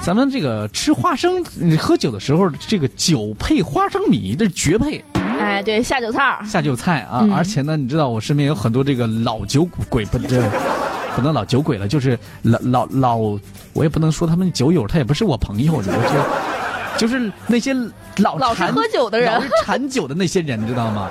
咱们这个吃花生、喝酒的时候，这个酒配花生米，这是绝配。哎，对，下酒菜儿，下酒菜啊，嗯而且呢，你知道我身边有很多这个老酒鬼，不这不能老酒鬼了，就是老老老，我也不能说他们酒友，他也不是我朋友，你说就就是那些老老是哦馋喝酒的人老是馋酒的那些人，你知道吗？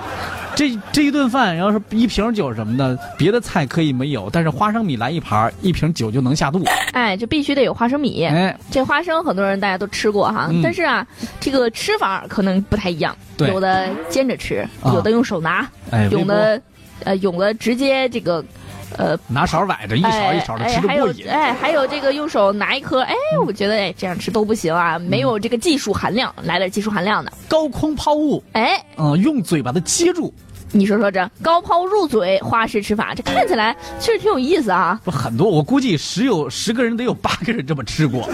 这这一顿饭，然后是一瓶酒什么的，别的菜可以没有，但是花生米来一盘儿，一瓶酒就能下肚。哎，就必须得有花生米。哎，这花生很多人大家都吃过哈，嗯但是啊，这个吃法可能不太一样，对有的煎着吃，啊有的用手拿，哎，微有波的呃有的直接这个呃。拿勺崴着，一勺一勺的吃着哎，还过有瘾。哎，还有这个用手拿一颗，哎，我觉得哎这样吃都不行嗯啊，没有这个技术含量，来点技术含量的，高空抛物，哎，嗯、用嘴把它接住，你说说这高抛入嘴花式吃法，这看起来确实挺有意思啊。不很多，我估计十有十个人得有八个人这么吃过。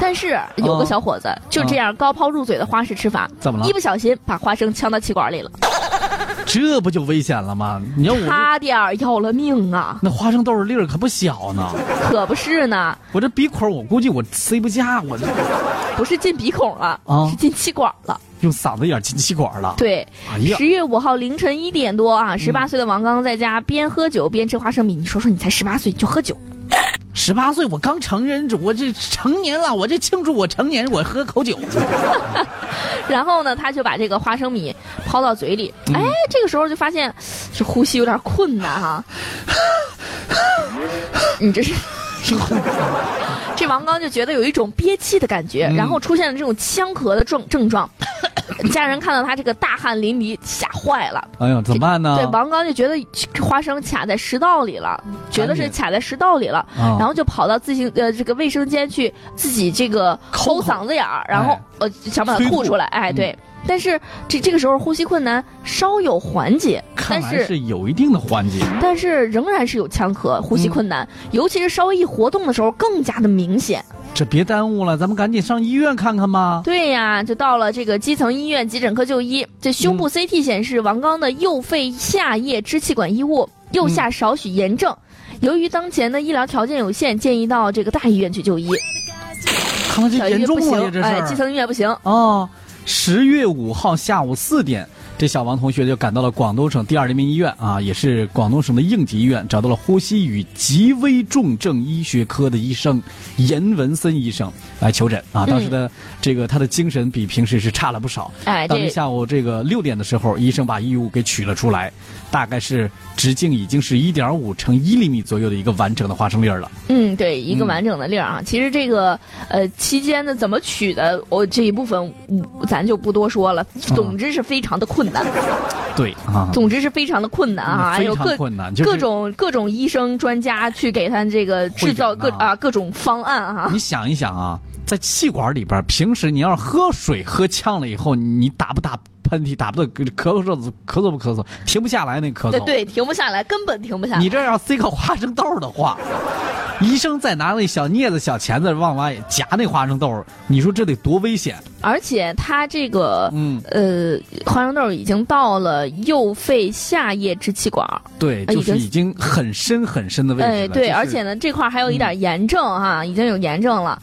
但是有个小伙子就这样高抛入嘴的花式吃法，嗯怎么了一不小心把花生呛到气管里了，这不就危险了吗？你要我这差点儿要了命啊！那花生豆粒儿可不小呢，可不是呢，我这鼻孔我估计我塞不下，我这不是进鼻孔了，啊是进气管了。用嗓子眼儿进气管了。，对，哎呀，嗯十月五号凌晨一点多啊，十八岁的王刚在家边喝酒边吃花生米。你说说，你才十八岁你就喝酒，十八岁我刚成人，我这成年了，我这庆祝我成年，我喝口酒。然后呢，他就把这个花生米抛到嘴里，哎，这个时候就发现这呼吸有点困难哈、啊你这是。 这王刚就觉得有一种憋气的感觉，然后出现了这种呛咳的症症状。家人看到他这个大汗淋漓，吓坏了。哎呀，怎么办呢？对，王刚就觉得花生卡在食道里了，觉得是赶紧卡在食道里了，啊然后就跑到自行呃这个卫生间去自己这个抠抠口嗓子眼儿，然后哎呃想把它催吐吐出来，哎嗯对。但是这这个时候呼吸困难稍有缓解，看但来是有一定的缓解。但是仍然是有呛咳、呼吸嗯嗯困难，尤其是稍微一活动的时候更加的明显。这别耽误了，咱们赶紧上医院看看吧。对呀，就到了这个基层医院急诊科就医。这胸嗯部 CT 显示，王刚的右肺下叶支气管异物，右下嗯少许炎症。由于当前的医疗条件有限，建议到这个大医院去就医。看来小这医严院重不了呀，这行，事哎，儿。基层医院不行。哦，十月五号下午四点，这小王同学就赶到了广东省第二人民医院啊，也是广东省的应急医院，找到了呼吸与极危重症医学科的医生严文森医生来求诊啊。当时的、这个他的精神比平时是差了不少。哎，当天这下午这个六点的时候，医生把异物给取了出来，大概是直径已经是一点五乘一厘米左右的一个完整的花生粒儿了。嗯，对，一个嗯完整的粒儿啊。其实这个呃期间呢，怎么取的，我这一部分嗯咱就不多说了。嗯总之是非常的困难，对啊，总之是非常的困难啊，嗯还非有常各困难，就是各种各种医生专家去给他这个制造各会诊啊啊各种方案啊，你想一想啊，在气管里边儿，平时你要是喝水喝呛了以后，你打不打喷嚏，打不打咳嗽，咳嗽不咳嗽，停不下来那咳嗽。对对，停不下来，根本停不下来你。这要塞个花生豆儿的话，医生再拿那小镊子、小钳子往外夹那花生豆儿，你说这得多危险？而且他这个嗯，呃花生豆已经到了右肺下叶支气管儿，对，哎就是已经已经很深很深的位置了。哎就对，是嗯而且呢这块儿还有一点炎症哈，已经有炎症了，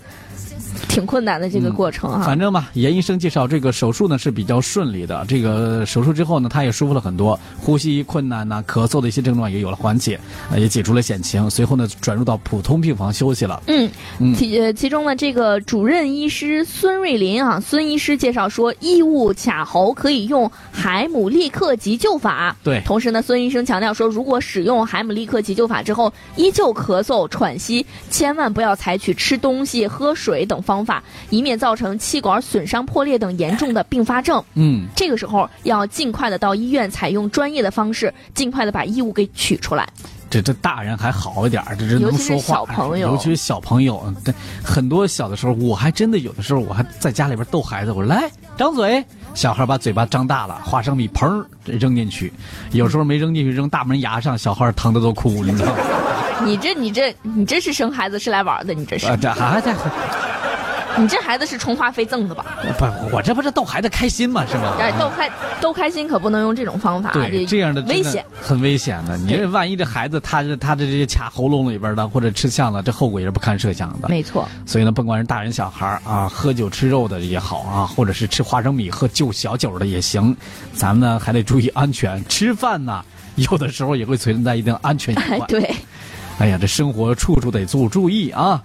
挺困难的这个嗯过程哈。反正吧，严医生介绍，这个手术呢是比较顺利的。这个手术之后呢，他也舒服了很多，呼吸困难呐、咳嗽的一些症状也有了缓解，呃也解除了险情。随后呢，转入到普通病房休息了。嗯嗯，其呃其中呢，这个主任医师孙瑞林啊，孙医师介绍说，异物卡喉可以用海姆立克急救法。对同时呢，孙医生强调说，如果使用海姆立克急救法之后依旧咳嗽、喘息，千万不要采取吃东西、喝水等方法，以免造成气管损伤、破裂等严重的并发症。嗯，这个时候要尽快的到医院，采用专业的方式，尽快的把异物给取出来。这这大人还好一点儿，这这尤能其是说话。小朋友尤其是小朋友，嗯对，很多小的时候，我还真的有的时候我还在家里边逗孩子，我说来张嘴，小孩把嘴巴张大了，花生米砰扔进去，有时候没扔进去，扔大门牙上，小孩疼的都哭，你知 道吗？哎你这、你这、你这是生孩子是来玩儿的，你这是。啊，这还在。你这孩子是充话费挣的吧？不，我这不是逗孩子开心嘛，是吗？哎，都开都开心可不能用这种方法，对，这样的真危的险。很危险的。你对这万一这孩子他这他这这卡喉咙里边了，或者吃呛了，这后果也是不堪设想的。没错，所以呢，甭管是大人小孩儿啊，喝酒吃肉的也好啊，或者是吃花生米喝就小酒的也行，咱们呢还得注意安全。吃饭呢，有的时候也会存在一定安全隐哎患，。对。哎呀，这生活处处得注注意啊。